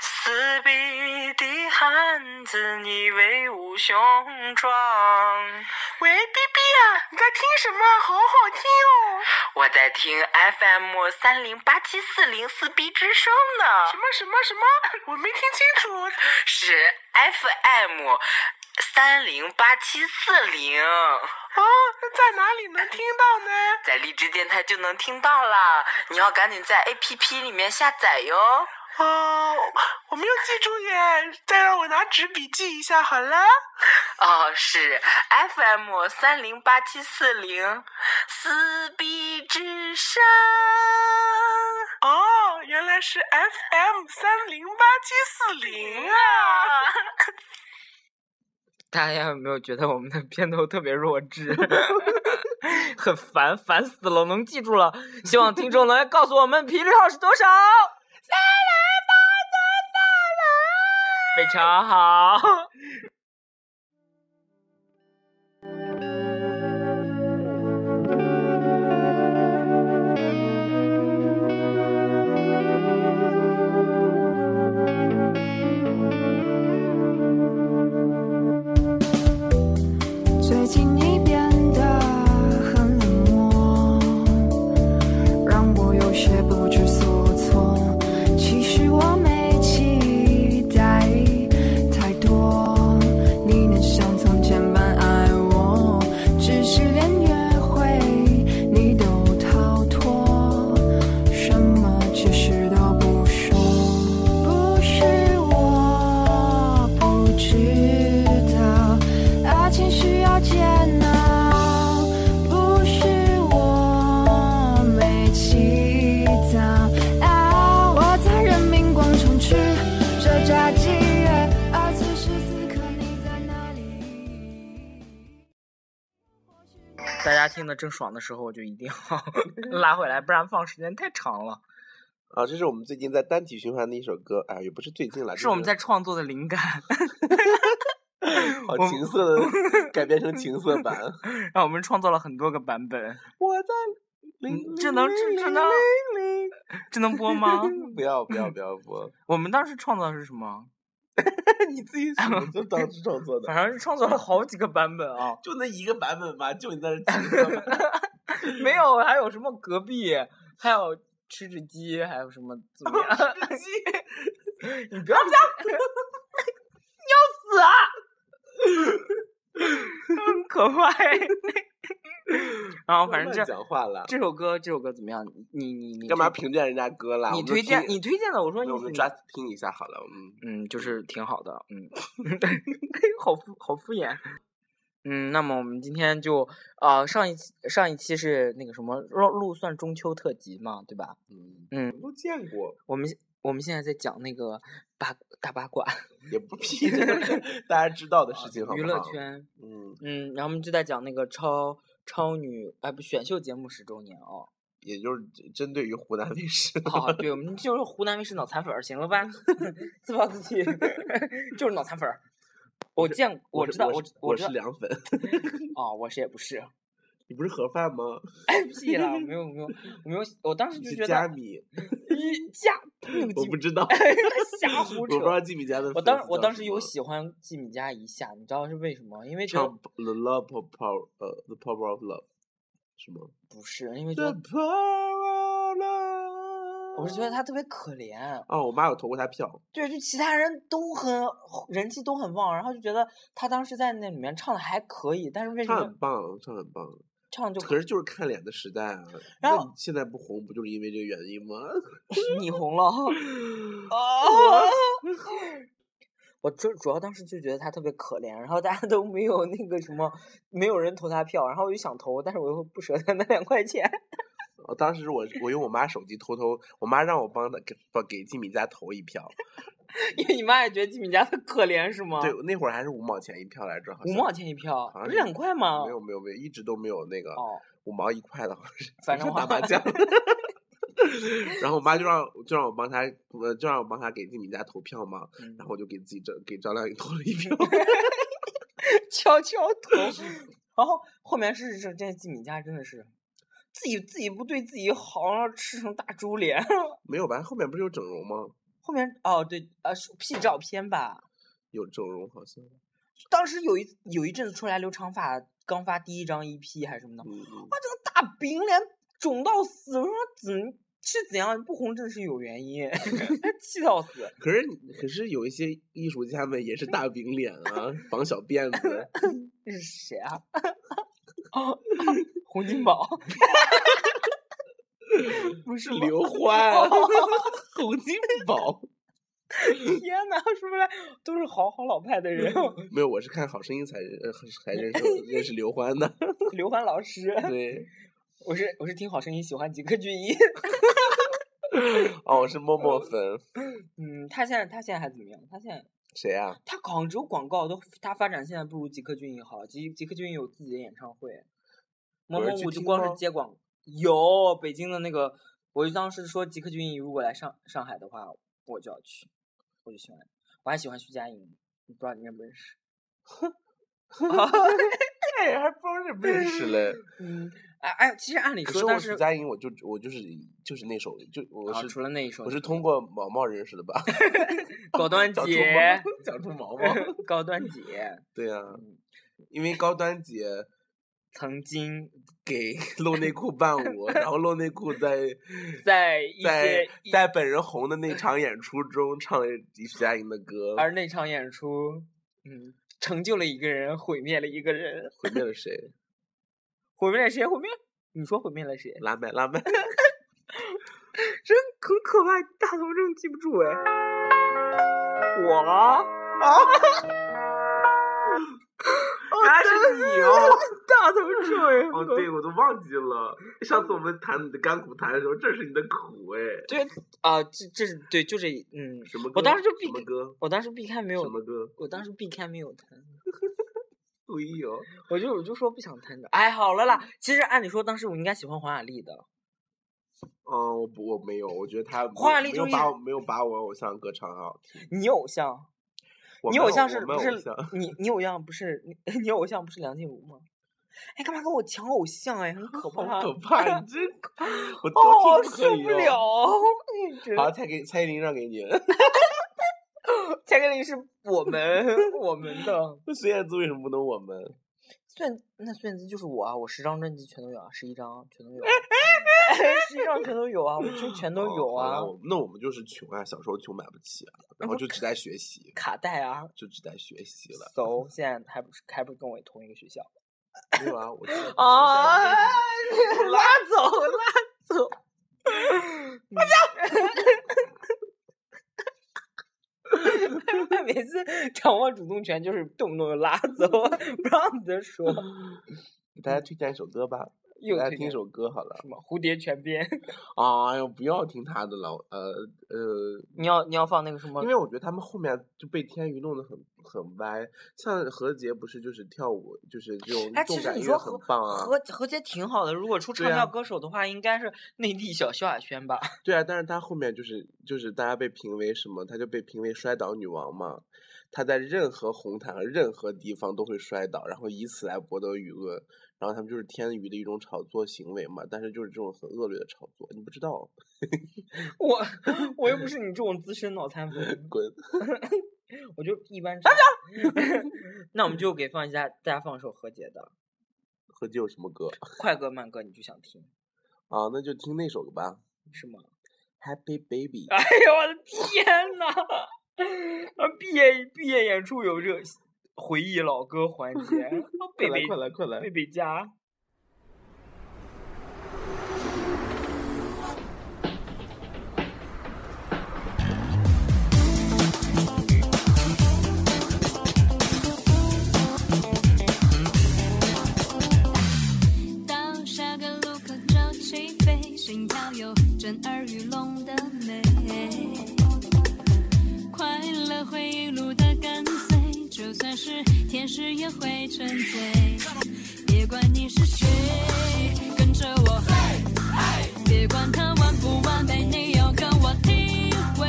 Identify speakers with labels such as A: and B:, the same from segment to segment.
A: 自闭的汉子，你威武雄壮。
B: 喂，逼逼啊，你在听什么？好好听哦。
A: 我在听 FM 三零八七四零四 B 之声呢。
B: 什么什么什么？我没听清楚。啊
A: 是 FM 三零八七四零，
B: 哦，在哪里能听到呢？
A: 在荔枝电台就能听到啦。你要赶紧在 APP 里面下载哟。
B: 哦，我没有记住耶，再让我拿纸笔记一下好了。
A: 哦，是 FM 三零八七四零四 B 之声。
B: 哦，原来是 FM 三零八七四零啊。
C: 大家有没有觉得我们的片头特别弱智， 很烦，烦死了！能记住了，希望听众能告诉我们频率号是多少。非常好。
D: 最近你变得很冷漠，让我有些不知所措。其实我没期待太多，你能像从前般爱我，只是连约会你都逃脱，什么解释都不说。不是我不知道。爱情需要煎熬，不是我没祈祷。啊，我在人民广场吃着炸鸡，哎而此时此刻你在哪里？
C: 大家听的正爽的时候，我就一定要 拉回来，不然放时间太长了。
E: 啊，这是我们最近在单体循环的一首歌，哎，也不是最近了，就是
C: 我们在创作的灵感，
E: 好
C: 我
E: 情 色的改编成情色版。
C: 让我们创造了很多个版本。
E: 我在
C: 嗯这能这这能这能播吗？
E: 不要不要不要播，
C: 我们当时创造的是什么？
E: 你自己什么 就当时创作的，
C: 反正是创造了好几个版本啊。
E: 就那一个版本吧，就你在这情 色版。
C: 没有，还有什么隔壁，还有吃只鸡，还有什么怎么样？
E: 哦
C: 吃鸡， 你不要这样， 你要死啊！
E: 啊
C: 很可怕 欸。 然后哦反正
E: 乱
C: 这
E: 讲话了，
C: 这首歌，这首歌怎么样？你你你
E: 干嘛
C: 推
E: 评价人家歌啦？
C: 你
E: 我们就
C: 推荐
E: 听
C: 你推荐的，我说
E: 那
C: 你
E: 我们
C: 你
E: just 听一下好了，嗯。
C: 嗯，就是挺好的，嗯， 好敷好敷衍。嗯，那么我们今天就呃上一期上一期是那个什么录录算中秋特辑嘛，对吧？
E: 嗯
C: 嗯，
E: 都见过，
C: 我们我们现在在讲那个八大八卦
E: 也不屁，这都是 大家知道的事情，好不
C: 啊娱乐
E: 好，
C: 圈，
E: 嗯，
C: 嗯，然后我们就在讲那个超超女哎不选秀节目十周年哦，
E: 也就是针对于湖南卫视，
C: 啊，对，我们就是湖南卫视脑残粉儿，行了吧？ 自暴自弃， 就是脑残粉儿。我见我
E: 是
C: 知道
E: 我
C: 我
E: 是
C: 知
E: 我
C: 知
E: 是
C: 道
E: 凉粉，
C: 哦，我是也不是，
E: 你不是盒饭吗？
C: 哎屁啦，我没有没有我没有，我当时
E: 你
C: 就是觉得
E: 加米，
C: 一加那个
E: 我
C: 鸡
E: 不知道，
C: 哎瞎
E: 我
C: 胡
E: 不知
C: 扯。
E: 道季米家的粉丝叫
C: 我
E: 什么。
C: 当我当时有喜欢季米佳一下，你知道是为什么？因为觉
E: 唱
C: 得
E: The Love of Power，呃，The Power of Love，是吗
C: 不是，因为觉
E: ？The
C: 得
E: Power of Love，
C: 我是觉得他特别可怜。
E: 哦，我妈有投过他票，
C: 对，就其他人都很人气都很旺，然后就觉得他当时在那里面唱的还可以，但是为什
E: 唱
C: 么
E: 很棒，唱很棒。
C: 唱就
E: 可是就是看脸的时代啊，
C: 然
E: 那
C: 后
E: 你现在不红，不就是因为这个原因吗？
C: 你红 了。哦，我主主要当时就觉得他特别可怜，然后大家都没有那个什么，没有人投他票，然后我就想投，但是我又不舍得那两块钱。
E: 我哦当时我我用我妈手机偷偷，我妈让我帮她给给季米家投一票，
C: 因为你妈也觉得季米家特可怜是吗？
E: 对，，那会儿还是五毛钱一票来着，好
C: 五
E: 像
C: 毛钱一票，不
E: 好像
C: 是两块吗
E: 没？有没有没有，一直都没有那个
C: 哦，
E: 五毛一块的，好像是
C: 反正
E: 不是
C: 我
E: 打 麻将。然后我妈就让就让我帮她，呃，就让我帮她给自己家投票嘛。
C: 嗯
E: 然后我就给自己张给张靓颖投了 一票。
C: 悄悄投。然后后面是这这季米家真的是自己自己不对自己好，然后吃成大猪脸。
E: 没有吧？后面不是有整容吗？
C: 后面哦对，呃是 P 照片吧。
E: 有周荣好
C: 哦
E: 像，
C: 当时有一有一阵子出来留长发，刚发第一张 EP 还是什么的，
E: 嗯嗯
C: 哇，这个大饼脸肿到死，我说怎是怎样不红真的是有原因， 气到死。
E: 可是你可是有一些艺术家们也是大饼脸啊，绑小 辫子，
C: 这是谁啊？ 哦洪金 宝，不是吧
E: 刘
C: 哦
E: 欢、洪金宝，
C: 天哪，是不是都是好好老派的人？
E: 没有，我是看《好声音》才呃才认识认识刘欢的。
C: 刘欢老师，
E: 对，
C: 我是我是听好声音喜欢吉克隽逸，
E: 哦，我是默默粉，
C: 嗯，他现在他现在还怎么样？他现在
E: 谁啊？
C: 他广州广告都他发展现在不如吉克隽逸好，吉吉克隽逸有自己的演唱会，某
E: 有
C: 某
E: 人去
C: 五就
E: 听
C: 光
E: 吗
C: 是接广有北京的那个，我就当时说吉克隽逸如果来上上海的话，我就要去，我就喜欢，我还喜欢徐佳莹，不知道你认不认识？
E: 哎，还不认不 认识嘞。
C: 嗯，哎哎，其实按理
E: 可是
C: 说，
E: 我
C: 但
E: 徐
C: 是
E: 佳莹，我就我就是就是那首，就我
C: 啊
E: 是
C: 除了那一首
E: 我是通过毛毛认识的吧？
C: 高端
E: 长出
C: 姐，
E: 毛，长出 毛毛。
C: 高端姐
E: 对呀、
C: 嗯
E: 因为高端姐
C: 曾经
E: 给露内裤伴舞，然后露内裤在
C: 在一
E: 在
C: 些一
E: 在本人红的那场演出中唱了徐佳莹的歌，
C: 而那场演出，嗯，成就了一个人，毁灭了一个人，
E: 毁灭了谁？
C: 毁灭了谁？毁灭？你说毁灭了谁？
E: 拉麦拉 麦。
C: 真很可怕，大头真记不住哎。我啊，
E: 原来是你哦！
C: 大头 咒哎。
E: 哦，对，我都忘记了。上次我们谈你的甘苦谈的时候，这是你的苦哎。
C: 对啊，这这是对，就这一嗯，
E: 什么歌？
C: 我当时就
E: 什
C: 避
E: 么
C: 开
E: 歌？
C: 我当时避开没有
E: 什，么歌？
C: 我当时避开没有谈，
E: 哎呦，
C: 我就我就说不想谈的。哎，好了啦，其实按理说当时我应该喜欢黄雅莉的，
E: 嗯，我不，我没有，我觉得他没
C: 华丽
E: 没有
C: 中
E: 把
C: 意
E: 我没有把我偶像的歌唱好。
C: 你偶像，
E: 我
C: 你
E: 没
C: 偶
E: 有
C: 像
E: 我
C: 是
E: 没
C: 不
E: 有
C: 是
E: 偶 像
C: 你你偶像不是你你偶像不是梁静茹吗？哎，干嘛跟我抢偶像哎，很可怕，
E: 好可怕，你真可，我
C: 哦
E: 都，听
C: 受不
E: 可以
C: 了
E: 哦。，
C: 一直
E: 好，蔡给蔡依林让给你。
C: 蔡格林是我们我们 的，
E: 那孙燕姿为什么不能我们？
C: 孙那孙燕姿就是我啊，我十张专辑全都有啊，十一张全 都有啊，十一张全都有啊，我就全都
E: 哦
C: 有
E: 好啦
C: 啊，
E: 我那我们就是穷啊，小时候穷买不起啊，然后就只在学习，
C: 卡带啊
E: 就只在学习了。
C: ，so 现在还不是还不是跟我同一个学校
E: 没有啊，我现在
C: 啊，
E: 我现在
C: 拉走拉走，不行，嗯 每次掌握主动权就是动不动就拉走，不让你再说，
E: 给大家推荐一首歌吧，给
C: 又
E: 大家
C: 推
E: 听一
C: 荐
E: 首歌好了。
C: 什么蝴蝶泉边。
E: 哎呦，不要听他的了，呃呃，
C: 你要你要放那个什么
E: 因？为我觉得他们后面就被天娱弄得很很歪，像何洁不是就是跳舞，就是这种
C: 哎，其
E: 动
C: 实
E: 感
C: 你
E: 音
C: 说
E: 乐很
C: 何
E: 棒啊，
C: 何何洁挺好的，如果出
E: 对
C: 唱
E: 啊
C: 跳歌手的话，应该是内地小萧亚轩 吧？
E: 对啊，但是她后面就是就是大家被评为什么，她就被评为摔倒女王嘛，她在任何红毯和任何地方都会摔倒，然后以此来博得舆论，然后他们就是天娱的一种炒作行为嘛，但是就是这种很恶劣的炒作，你不知道，
C: 我我又不是你这种资深脑残粉，
E: 滚，
C: 我就一般。站长， 那我们就给放一下，大家放一首何洁的
E: 何洁有什么歌
C: 快歌慢歌，你就想听
E: 啊？那就听那首吧
C: 是吗？
E: ，Happy Baby。
C: 哎呦我的天呐！啊，毕业毕业演出有这回忆老歌环节，啊贝
E: 快来
C: 贝
E: 快来快来
C: 贝！贝家。
F: 当下个路口朝起飞，心跳有震耳欲聋的美。快乐会一路的跟随，就算是天使也会沉醉。别管你是谁，跟着我。别管它完不完美，你要跟我体会。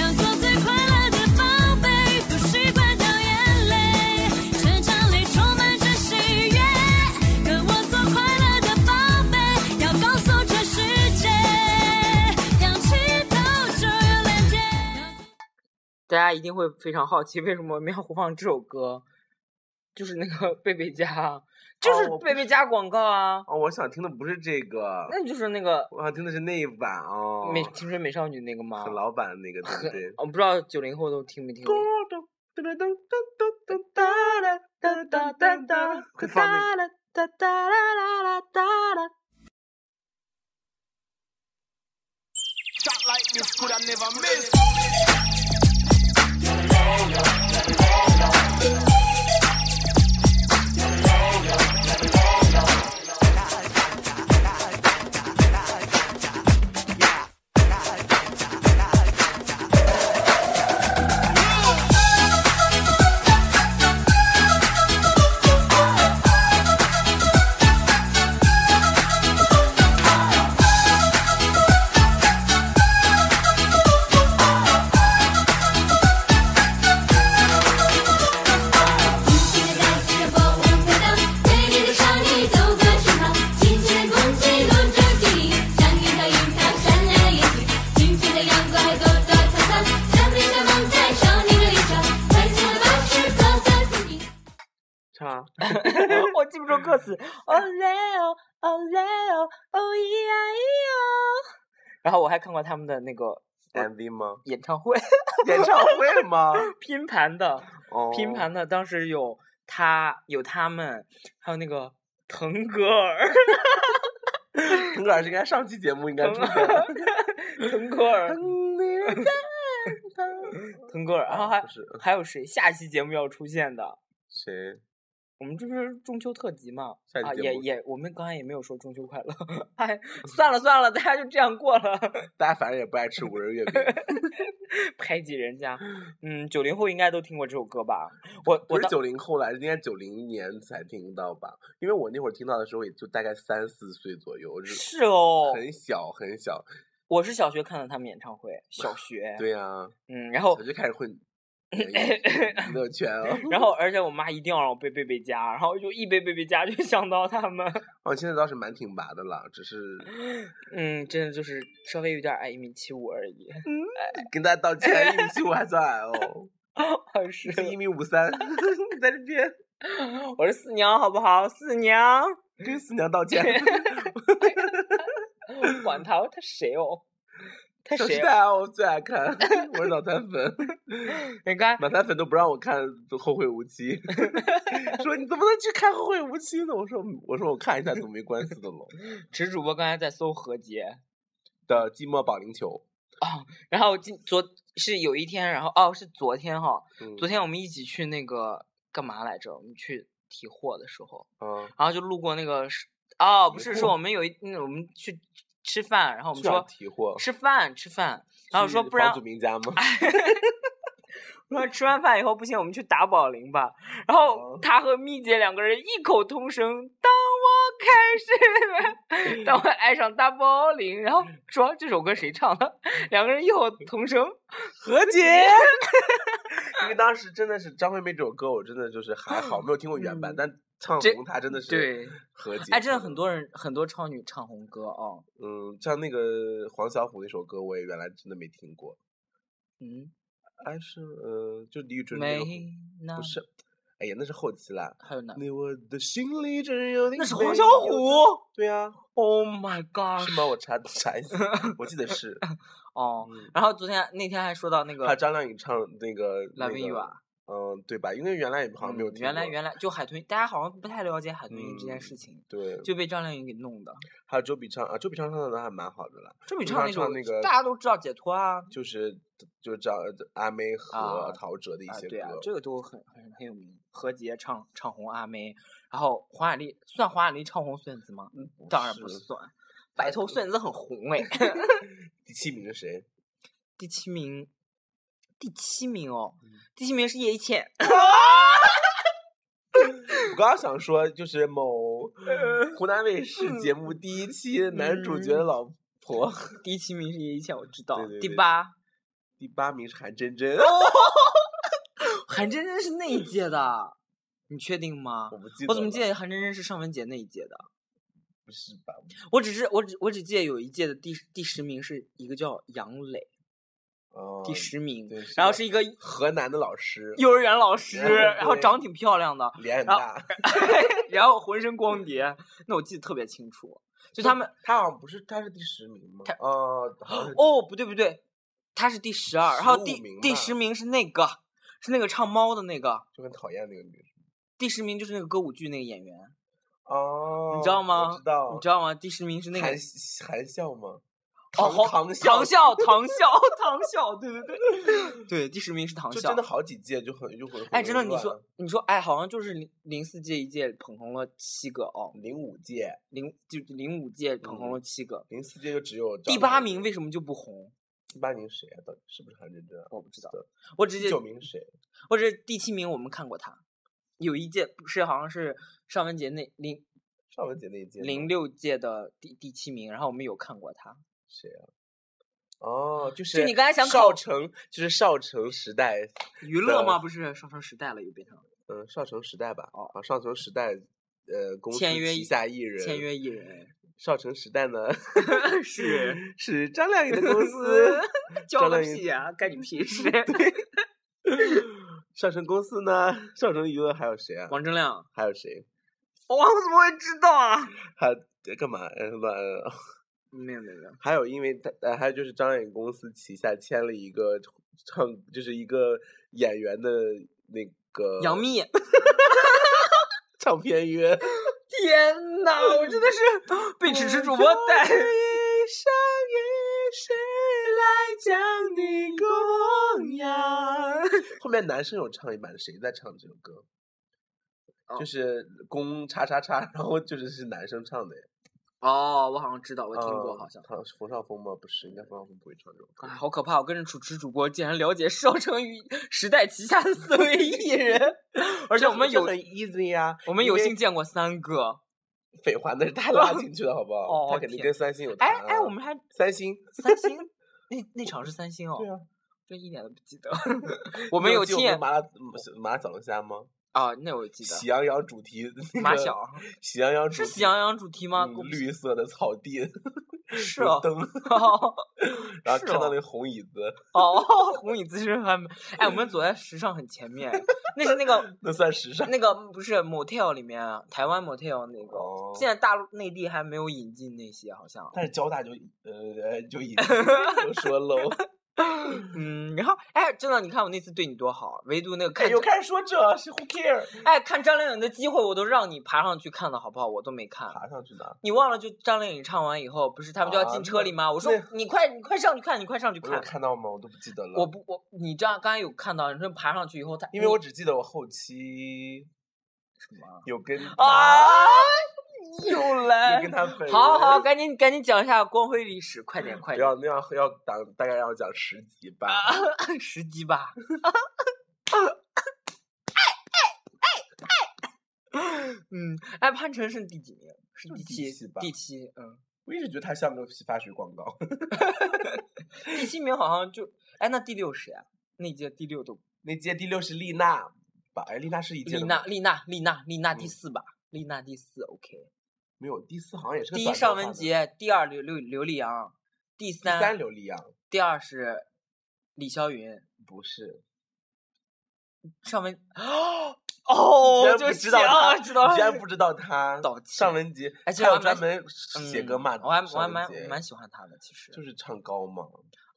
F: 要做最快乐的宝贝，不习惯掉眼泪，成长里充满着喜悦。跟我做快乐的宝贝，要告诉全世界，
C: 大家一定会非常好奇为什么棉花湖放这首歌，就是那个贝贝佳，就
E: 哦
C: 是
E: 我不
C: 贝贝佳广告啊，
E: 哦，我想听的不是这个，
C: 那就是那个
E: 我想啊听的是那一版哦，
C: 美青春美少女那个吗
E: 很？老版的那个，对不对？
C: 我不知道九零后都听没听过。
E: 会放那个。
G: 轻轻地带着波纹飘荡，美丽的少女走过池塘，清澈的空气笼罩着你，像樱桃樱桃闪亮了眼睛，清澈的阳光还勾搭沧桑，像片的梦在少年的脸上，快乐的往事飘散不停。
E: 唱，
C: 我记不住歌词。哦嘞哦，哦嘞哦，哦咿呀咿呀。然后我还看过他们的那个
E: MV 吗？
C: 演唱会，
E: 演唱会吗？
C: 拼盘的，
E: 哦，
C: 拼盘的，当时有他，有他们，还有那个腾格尔，
E: 腾格尔是应该上期节目应该出现的。
C: 腾格尔，腾格尔， 然后还
E: 不是
C: 还有谁？下期节目要出现的，
E: 谁？
C: 我们这不是中秋特辑嘛？
E: 下期
C: 啊，
E: 节
C: 也
E: 目
C: 也，我们刚才也没有说中秋快乐。 哎，算了算了，大家就这样过了，
E: 大家反正也不爱吃五仁月饼，
C: 排挤人家。嗯，九零后应该都听过这首歌吧？ 我我
E: 不是
C: 当
E: 九零后了，应该九零年才听到吧？因为我那会儿听到的时候也就大概三四岁左右，就是
C: 哦，
E: 很小很小。
C: 我是小学看的他们演唱会，小学。
E: 对呀，
C: 嗯，然后
E: 我就开始 混娱乐啊圈了。
C: 然后，而且我妈一定要让我背贝贝佳，然后就一背贝贝佳就想到他们，
E: 哦，现在倒是蛮挺拔的了，只是
C: 嗯，真的就是稍微有点矮，一米七五而已，
E: 跟大家道歉，一米七五还算矮哦，
C: 二十，
E: 是一米 五三，你在这边
C: 我是四娘，好不好？四娘，
E: 跟四娘道歉。
C: 管他，他谁哦？他
E: 小
C: 谁
E: 时
C: 哦？
E: 代啊，我最爱看，我是脑残粉，
C: 你看，
E: 脑残粉都不让我看《后会无期》，说你怎么能去看《后会无期》呢？我说我说我看一下总没关系的喽。
C: 池主播刚才在搜何洁，
E: 的寂寞保龄球，
C: 然后今昨是有一天，然后哦是昨天哈、
E: 嗯
C: 昨天我们一起去那个干嘛来着？我们去提货的时候，
E: 嗯，
C: 然后就路过那个是哦不
E: 提
C: 是，
E: 货
C: 是我们有一嗯我们去吃饭，然后我们
E: 我
C: 说
E: 提货，
C: 吃饭吃饭，然后
E: 去
C: 说不然哎
E: 房祖名家吗？
C: 我说吃完饭以后不行，我们去打保龄吧。然
E: 哦
C: 后他和蜜姐两个人异口同声：“当我开始， 当我爱上打保龄。”然后说这首歌谁唱的？两个人异口同声：“何洁。
E: 因为当时真的是张惠妹这首歌，我真的就是还好，没有听过原版，但唱
C: 嗯这
E: 红她真的”是
C: 对，
E: 和解。
C: 哎，真的很，多人很多超女唱红歌哦。
E: 嗯，像那个黄小琥那首歌，我也原来真的没听过。
C: 嗯，
E: 哎，是呃，就李宇春那
C: 没
E: 个，
C: 那
E: 不是，哎呀，那是后期啦。
C: 还有哪？
E: 你我的心里只有你。
C: 那是黄小。琥。
E: 对呀、
C: Oh my god！
E: 是吗？我查 查 一下，我记得是。
C: 哦，
E: 嗯
C: 然后昨天那天还说到那个
E: 还有张靓颖唱那个《
C: 拉
E: 那
C: 文
E: 个
C: 玉啊，
E: 嗯，对吧？因为原来也好像没有
C: 嗯
E: 听
C: 原来
E: 过
C: 原来就海豚，大家好像不太了解海豚音这件
E: 嗯
C: 事情，
E: 对，
C: 就被张靓颖给弄的。
E: 还有周笔畅啊，周笔畅唱的还蛮好的啦，
C: 这比唱
E: 周笔畅
C: 那
E: 唱
C: 种
E: 那个
C: 大家都知道解脱啊，
E: 就是就这样阿妹和
C: 啊
E: 陶喆的一
C: 啊
E: 些
C: 对
E: 歌，
C: 啊，这个都很很很有名。何洁唱唱红阿妹，然后黄雅莉算黄雅莉唱红孙子吗？当然不
E: 嗯是
C: 算，白头孙子很 红哎。
E: 第七名是谁？
C: 第七名，第七名哦，
E: 嗯
C: 第七名是叶一茜，
E: 我刚刚想说就是某
C: 嗯
E: 湖南卫视节目第一期男主角的老婆，
C: 第七名是叶一茜，我知道
E: 对对。
C: 第
E: 对
C: 八，
E: 第八名是韩真真，
C: 哦韩真真是那一届的，你确定吗
E: 我？不记得，
C: 我怎么记？得韩真真是尚雯婕那一届的？
E: 不是吧？
C: 我只是我只我只记得有一届的第第十名是一个叫杨磊，
E: 哦
C: 第十名
E: 对，是
C: 然后
E: 的
C: 是一个
E: 河南的老师，
C: 幼儿园 老师，
E: 对
C: 然后长挺漂亮的，
E: 脸很
C: 然后
E: 大。
C: 然后浑身光碟，那我记得特别清楚。就他们，
E: 他好像不是，他是第十名吗？哦，好像是
C: 哦，不对不对，他是第十二，然后第
E: 15名
C: 第
E: 吧
C: 十名是那个，是那个唱猫的那个，
E: 就很讨厌那个女生。
C: 第十名就是那个歌舞剧那个演员，
E: 哦，
C: 你知道
E: 我
C: 吗
E: 知道，
C: 你知道吗？第十名是那个
E: 含含笑吗？
C: 哦，好
E: 唐
C: 唐
E: 笑，
C: 笑，唐笑，唐笑，对对 对，对，第十名是唐
E: 就
C: 笑
E: 真的。好几届就很就很
C: 哎，真的，你
E: 混
C: 说
E: 乱
C: 你说，哎，好像就是零零四届一届捧红了七个哦，
E: 零五届、
C: 零就零五届捧
E: 嗯
C: 红了七个，
E: 零四届就只有
C: 第
E: 张
C: 八
E: 曼
C: 名
E: 玉
C: 为什么就不红？
E: 第八名谁啊？到底是不是韩真真啊？
C: 我不知道
E: 对，
C: 我直
E: 第
C: 接
E: 九名是谁？
C: 或者第七名我们看过他，有一届不是好像是尚雯婕那零
E: 尚雯婕那一届吗
C: 零六届的第第七名，然后我们有看过他，
E: 谁啊？哦，就是
C: 就你刚才想
E: 少
C: 考
E: 城，就是少城时代，
C: 娱乐
E: 对
C: 嘛不是上升时代了又变成
E: 嗯，少城时代吧，
C: 哦
E: 啊，少城时代，呃，公司
C: 签约
E: 旗
C: 艺
E: 下艺人，
C: 签约艺人，
E: 少城时代呢
C: 是
E: 是张靓颖的 公司，
C: 交
E: 张
C: 个
E: 靓颖
C: 屁呀、干你屁 事！
E: 少城公司呢，少城娱乐还有谁啊？
C: 王铮 亮，
E: 还有谁？
C: 哇，我怎么会知道啊？
E: 还有呃干嘛？呃乱呃
C: 没有没有没有，
E: 还有，因为他呃，还有就是张靓颖公司旗下签了一个唱，就是一个演员的那个
C: 杨幂，
E: 唱 片约。
C: 天呐，我真的是 被主持主播带。
E: 上一世来将你供养。后面男生有唱一版，谁在唱这首歌？
C: 哦
E: 就是公叉叉叉，然后就是是男生唱的耶，
C: 哦，我好像知道，我听过，
E: 嗯
C: 好像。
E: 他是冯绍峰吗？不是，应该冯绍峰不会唱这首歌
C: 哎，。好可怕！我跟着主持主播竟然了解少城与时代旗下的四位艺人， 而且我们
E: 这
C: 有
E: 很 easy 啊，
C: 我们
E: 因
C: 有
E: 为
C: 幸见过三个。
E: 匪环的是他拉进去的，好不好？
C: 哦
E: 他肯定
C: 天
E: 跟三星有谈
C: 哎
E: 啊。
C: 哎，我们还
E: 三星，
C: 三星那那场是三星哦，
E: 对啊，
C: 这一点都不记 得。我们有
E: 记
C: 亲
E: 我
C: 眼
E: 们麻辣麻辣小龙虾吗？
C: 啊，那我记
E: 喜
C: 得。
E: 羊羊主题，那
C: 马
E: 个
C: 小
E: 喜羊羊主
C: 是
E: 题
C: 喜羊羊主题吗？
E: 嗯
C: 我不
E: 绿色的草地，
C: 是
E: 有
C: 哦，
E: 灯，然后
C: 是
E: 看到
C: 哦
E: 那红椅子，
C: 哦，红椅子是还蛮哎，我们走在时尚很前面，那是那个
E: 那算时 尚。
C: 那个不是 motel 里面啊台湾 motel 那个，
E: 哦嗯
C: 现在大陆内地还没有引进那些，好像。
E: 但是交大就呃呃就 已就说 low，
C: 嗯，然后哎，真的，你看我那次对你多好，啊唯独那个
E: 哎
C: 看
E: 又
C: 张
E: 开始说这是 who care，
C: 哎看张靓颖的机会，我都让你爬上去看了，好不好？我都没看。
E: 爬上去呢，
C: 你忘了，就张靓颖唱完以后，不是他们就要
E: 啊
C: 进车里吗？我说
E: 那
C: 你快，你快上去看，你快上去
E: 我有
C: 看。
E: 看到吗？我都不记得了。
C: 我不，我你这样刚才有看到，你说爬上去以后，他
E: 因为我
C: 你
E: 只记得我后期
C: 什么
E: 有跟
C: 啊
E: 他，
C: 又来
E: 有跟他本
C: 好好，
E: 人
C: 赶紧赶紧讲一下光辉历史，快 点快
E: 不
C: 点啊
E: 要，那样要讲大概要讲十集吧。
C: 时机吧。嗯，哎，潘晨是第几名？是
E: 就
C: 第
E: 第
C: 七
E: 七吧，
C: 第七，嗯，
E: 我一直觉得他像个洗发水广告。
C: 第七名好像就，哎，那第六谁啊？那届第六都
E: 那届第六是丽娜吧？哎，丽娜是一届
C: 丽
E: 的
C: 娜，
E: 吗
C: 丽娜，丽娜，丽娜第
E: 嗯
C: 四吧，丽娜第四，OK。
E: 没有第四好像也是个
C: 第一
E: 短头
C: 尚
E: 发
C: 雯
E: 的
C: 婕，第二刘刘刘力扬，第
E: 第
C: 三
E: 三刘力扬
C: 第二是李霄云，
E: 不是，
C: 尚雯哦，
E: 你居
C: 我就
E: 然不知道
C: 想
E: 他，
C: 知道
E: 你居然不知道 他
C: 道歉
E: 尚雯婕，
C: 哎其实
E: 还
C: 我
E: 有
C: 还
E: 专
C: 蛮
E: 门写歌骂
C: 嗯我还我还
E: 尚雯
C: 蛮
E: 婕
C: 蛮喜欢他的，其实
E: 就是唱高嘛，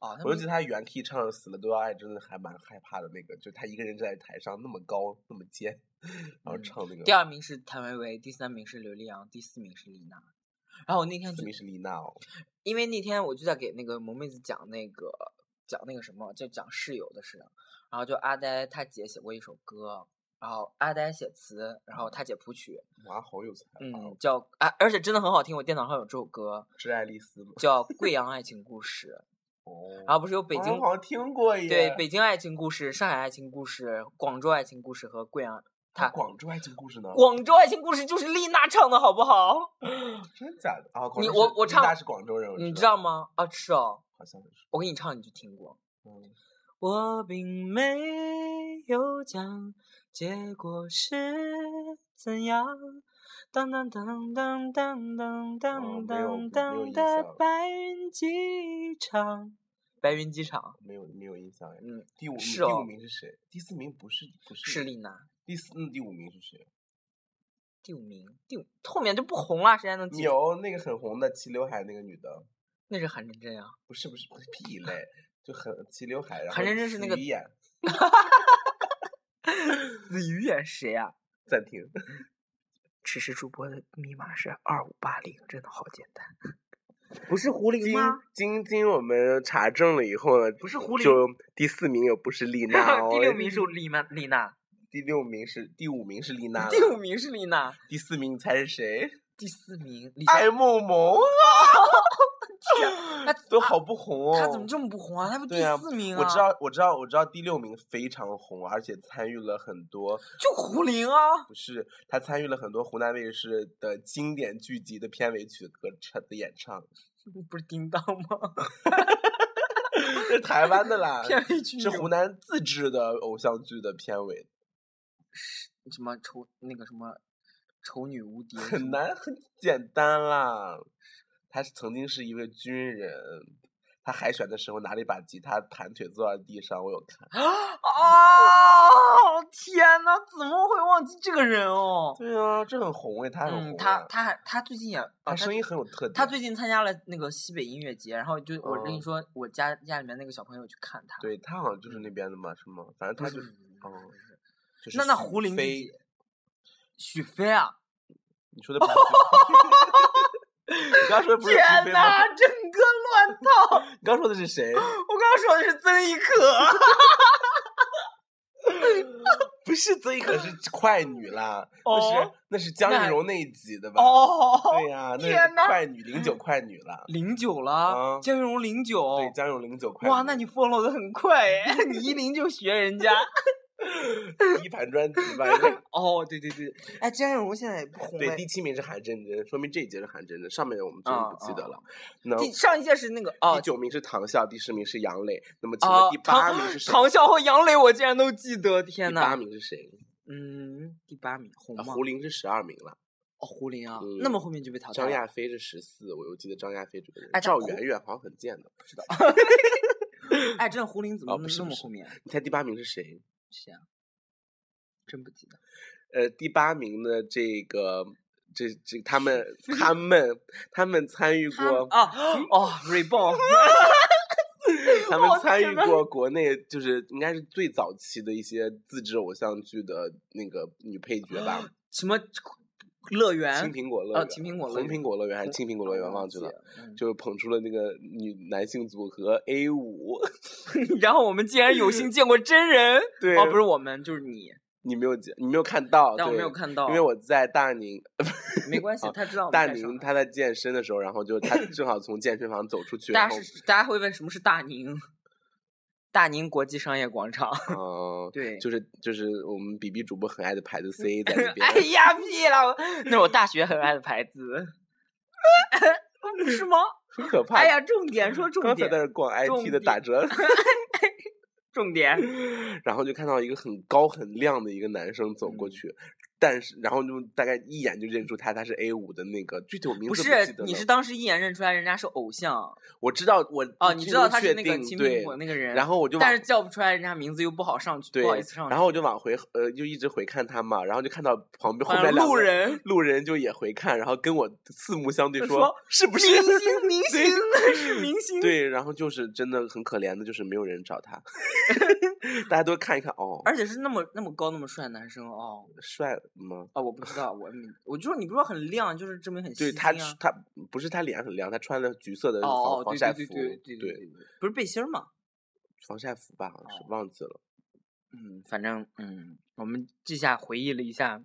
C: 啊，他
E: 我就
C: 们
E: 觉得他原 key 唱《死了都要爱》真的还蛮害怕的那个，就他一个人在台上那么高那么尖，然后
C: 嗯
E: 唱那个。
C: 第二名是谭维维，第三名是刘力扬，第四名是李娜。然后我那天
E: 四
C: 就
E: 名是丽娜哦，
C: 因为那天我就在给那个萌妹子讲那个讲那个什么，就讲室友的事，然后就阿呆他姐写过一首歌，然后阿呆写词，然后他姐谱曲，
E: 哇，好有才华哦！
C: 嗯，叫啊，而且真的很好听，我电脑上有这首歌，
E: 挚爱丽丝嘛，
C: 叫《贵阳爱情故 事
E: 哦，》，
C: 然后不是有北
E: 哦
C: 京、
E: 好像听过耶，
C: 对北京爱情故事、上海爱情故事、广州爱情故事和贵阳。
E: 他
C: 他
E: 广州爱情故事呢？
C: 广州爱情故事就是丽娜唱的好不好？
E: 真的假的啊？广
C: 你
E: 州
C: 我
E: 是
C: 我
E: 丽
C: 唱
E: 娜是广州人，我
C: 你知道吗？啊，是哦，
E: 好像是，
C: 我给你唱，你就听过。
E: 嗯，
C: 我并没有讲结果是怎样。当当当当当当
E: 哦
C: 当
E: 没有
C: 当
E: 没有
C: 当
E: 印
C: 的
E: 象
C: 白云机场，白云机场
E: 没有没有印象哎。
C: 嗯，
E: 第五名
C: 是
E: 第
C: 哦
E: 五名是谁？第四名不是不是
C: 是丽娜。
E: 第四嗯第五名是谁？
C: 第五名，第五后面就不红了，谁还能记住？
E: 有那个很红的齐刘海那个女的，
C: 那是韩真真啊，
E: 不是不是 不是屁嘞，就很齐刘海，然后
C: 韩真真是那
E: 死
C: 个
E: 鱼眼
C: 子瑜演谁啊？
E: 暂停。
C: 此时主播的密码是二五八零，真的好简单。不是胡
E: 经
C: 林吗？
E: 经经我们查证了以后呢，
C: 不是狐狸
E: 就第四名也不是丽娜、哦，
C: 第六名是丽娜，丽娜。
E: 第六名是第五名是丽娜了，
C: 第五啊名是丽娜，
E: 第四名你猜是 谁？
C: 第四名李佳
E: 艾梦萌啊，
C: 那
E: 都好不红哦。
C: 她怎么这么不红啊？她不第
E: 对啊
C: 四名啊？
E: 我知，道，我知道，我知道，第六名非常红，而且参与了很多，
C: 就胡林 啊。
E: 不是他参与了很多湖南卫视的经典剧集的片尾曲歌唱的演唱，
C: 不是叮当吗？
E: 这是台湾的啦，
C: 片尾曲
E: 啊是
C: 有
E: 湖南自制的偶像剧的片尾，
C: 什么丑那个什么丑女 无敌什
E: 很
C: 么
E: 难，很简单啦。他是曾经是一位军人，他海选的时候拿了一把吉他，盘腿坐在地上，我有看。
C: 哦，天呐，怎么会忘记这个人哦？
E: 对啊，这很红诶，他很红、
C: 嗯，他他还他最近也啊，
E: 他
C: 他
E: 声音很有特点。
C: 他最近参加了那个西北音乐节，然后就我跟你
E: 嗯
C: 说，我家家里面那个小朋友去看他。，
E: 对他好像就是那边的嘛，是吗？反正
C: 不
E: 他
C: 是
E: 就
C: 不是
E: 是
C: 不嗯是
E: 哦
C: 不是，
E: 就是
C: 那那
E: 许
C: 胡林自
E: 飞
C: 己，许飞啊！
E: 你说的不是许飞你刚说的不是许飞
C: 哦天
E: 吗？
C: 哪，整个乱套！
E: 你刚说的是谁？
C: 我刚刚说的是曾轶可，
E: 不是曾轶可 是快女啦，那
C: 哦
E: 是那是江
C: 那
E: 映蓉那一集的 吧？
C: 哦，
E: 对呀，那
C: 天
E: 是
C: 哪
E: 快女零九快女啦。
C: 零九
E: 啊
C: 了，江映蓉零九
E: 对，，江映蓉零九快
C: 哦哇，
E: 女
C: 那你 follow 的很快 哎，你一零就学人家。
E: 第一盘专辑吧？应 该
C: 哦，对对对，哎，江映蓉现在也不红
E: 对，
C: 哎。
E: 第七名是韩真真，说明这一届是韩真真，上面我们真
C: 啊
E: 的不记得
C: 啊
E: 了。那
C: 第上一届是那个哦
E: 第九名是唐笑，第十名是杨磊，那么请
C: 哦
E: 问第，八
C: 唐
E: 名是谁？
C: 唐笑和杨磊，我竟然都记得，天
E: 第八
C: 呐。
E: 名是谁？
C: 嗯，第八名红
E: 啊
C: 吗？
E: 胡林是十二名了，
C: 哦，胡林啊，
E: 嗯
C: 那么后面就被淘汰
E: 张亚
C: 了。
E: 飞是十四，我又记得张亚飞这个人。
C: 哎但
E: 赵
C: 胡
E: 媛媛好像很贱 的，不知道。
C: 哎，真的胡林怎么
E: 哦
C: 能
E: 不是
C: 那
E: 不
C: 么
E: 是
C: 后面啊？
E: 你猜第八名是谁？
C: 是啊，真不记得。
E: 呃，第八名呢？这个这这 他们他们他们参与
C: 他
E: 过，
C: 啊哦，reborn，
E: 他们
C: 我
E: 参
C: 天
E: 与
C: 呐
E: 过国内就是应该是最早期的一些自制偶像剧的那个女配角吧，
C: 什么乐
E: 青
C: 园？
E: 苹果乐
C: 哦
E: 园、
C: 青苹果乐
E: 红
C: 园
E: 苹果乐园还是
C: 红
E: 青苹果乐园
C: 我
E: 忘记了，
C: 嗯
E: 就捧出了那个女男性组合 A 五。
C: 然后我们竟然有幸见过真人，
E: 对
C: 哦，不是我们，就是你，
E: 你没有见，你没有看到，
C: 但我没
E: 对
C: 有看到，
E: 因为我在大宁，
C: 哦没 关系
E: 啊，
C: 他知道我们
E: 大
C: 在上
E: 宁
C: 海
E: 他在健身的时候，然后就他正好从健身房走出去，
C: 大
E: 然
C: 家
E: 后
C: 是大家会问什么是大宁？ 大宁国际商业广场。
E: 嗯，
C: 对
E: 就是就是我们 B B 主播很爱的牌子 C 在那边，
C: 哎呀，屁啦！我那是我大学很爱的牌子， 是吗？
E: 很可怕。
C: 哎呀，重点说重
E: 刚才在那
C: 点，
E: 儿逛
C: 重
E: IT 的
C: 点
E: 打折，
C: 重点。
E: 然后就看到一个很高很亮的一个男生走
C: 嗯
E: 过去，但是然后就大概一眼就认出他，他是 A 五的那个具体我名
C: 不
E: 字记
C: 是
E: 得，
C: 你
E: 了
C: 是当时一眼认出来人家是偶像
E: 我知道我
C: 哦，你
E: 这
C: 知道
E: 能
C: 他
E: 确
C: 是那个
E: 定
C: 秦
E: 对
C: 苹果那个人，
E: 然后我就往
C: 但是叫不出来人家名字又不好上去，
E: 对，
C: 不好意思上去。
E: 然后我就往回呃，就一直回看他嘛，然后就看到旁边后
C: 好像
E: 面两
C: 路
E: 个
C: 人
E: 路人就也回看，然后跟我四目相对
C: 就
E: 说
C: 说
E: 是不是
C: 明 星，明星
E: 对
C: 是明星，
E: 对，然后就是真的很可怜的，就是没有人找 他，大家都看一看哦，
C: 而且是那么那么高那么帅的男生哦。
E: 帅吗？
C: 啊、我不知道，我没我就说你不是说很亮，就是证明很
E: 对
C: 吸
E: 他
C: 睛啊
E: 他不是他脸很亮，他穿了橘色的防、
C: 哦哦
E: 防
C: 对
E: 晒
C: 对
E: 服
C: 对，对对对对，哦不是背心儿嘛？
E: 防晒服吧，好像是忘记了。
C: 嗯，反正嗯，我们这下回忆了一下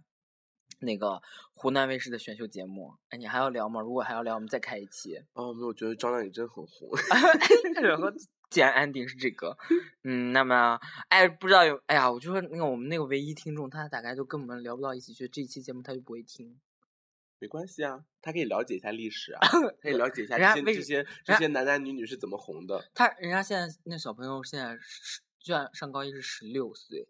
C: 那个湖南卫视的选秀节目。哎，你还要聊吗？如果还要聊，我们再开一期。
E: 哦，没有，我觉得张靓颖真很红。
C: 然后既然安定是这个，嗯，那么哎，不知道有哎呀，我就说那个我们那个唯一听众，他大概就跟我们聊不到一起去，这一期节目他就不会听。
E: 没关系啊，他可以了解一下 历史啊，可以了解一下
C: 人家
E: 这些
C: 为
E: 这些
C: 人
E: 这
C: 家
E: 些男男女女是怎么红的。
C: 他人家现在那小朋友现在是居然上高一是十六岁，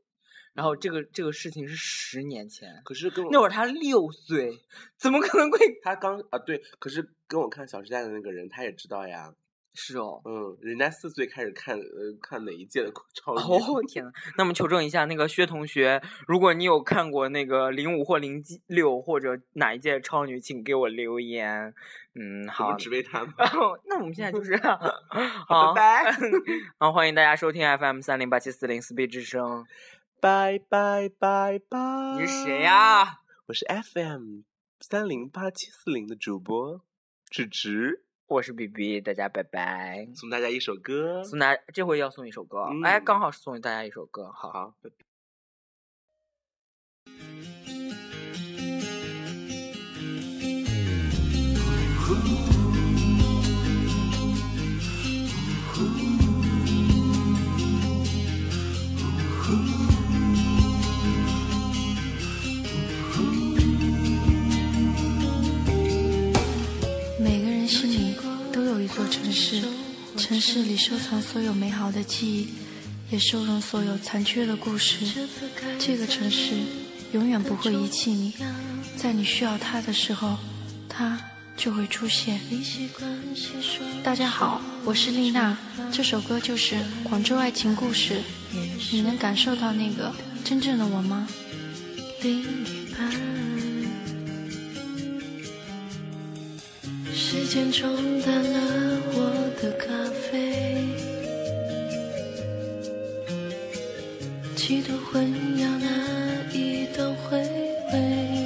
C: 然后这个这个事情是十年前，
E: 可是跟我
C: 那会儿他六岁，怎么可能会
E: 他刚啊对，可是跟我看《小时代》的那个人，他也知道呀。
C: 是哦。
E: 嗯，人家四岁开始看，呃，看哪一届的 超女？
C: 哦天呐，那么求证一下，那个薛同学，如果你有看过那个零五或零六或者哪一届超女，请给我留言。嗯，
E: 我
C: 好
E: 们，只为他们。
C: 那我们现在 就是好，
B: 拜拜。
C: 好，欢迎大家收听 FM 三零八七四零四 B 之声。
E: 拜拜拜拜。
C: 你是谁呀、
E: 我是 FM 三零八七四零的主播芷芷，
C: 我是 B B，大家拜拜。
E: 送大家一首歌。
C: 送大家这回要送一首歌，哎，
E: 嗯
C: 刚好送给大家一首歌，好。
E: 好，拜拜
H: 每个人心里都有一座城市，城市里收藏所有美好的记忆，也收容所有残缺的故事。这个城市永远不会遗弃你，在你需要它的时候，它就会出现。大家好，我是丽娜，这首歌就是《广州爱情故事》，你能感受到那个真正的我吗？
D: 另一半。时间冲淡了我的咖啡，几度混淆那一段回味，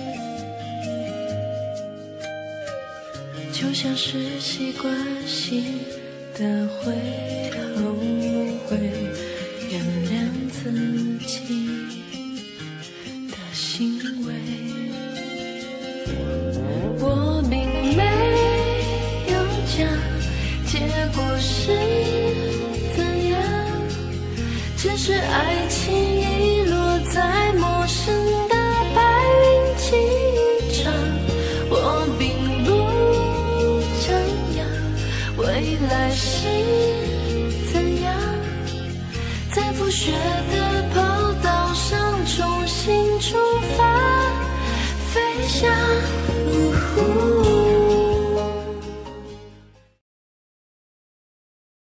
D: 就像是习惯性的会后悔，原谅自己。的行为。我并没有讲结果是怎样，只是爱情遗落在陌生的白云机场。我并不张扬未来是怎样。在覆雪的跑道上重新出发，飞翔。呜呼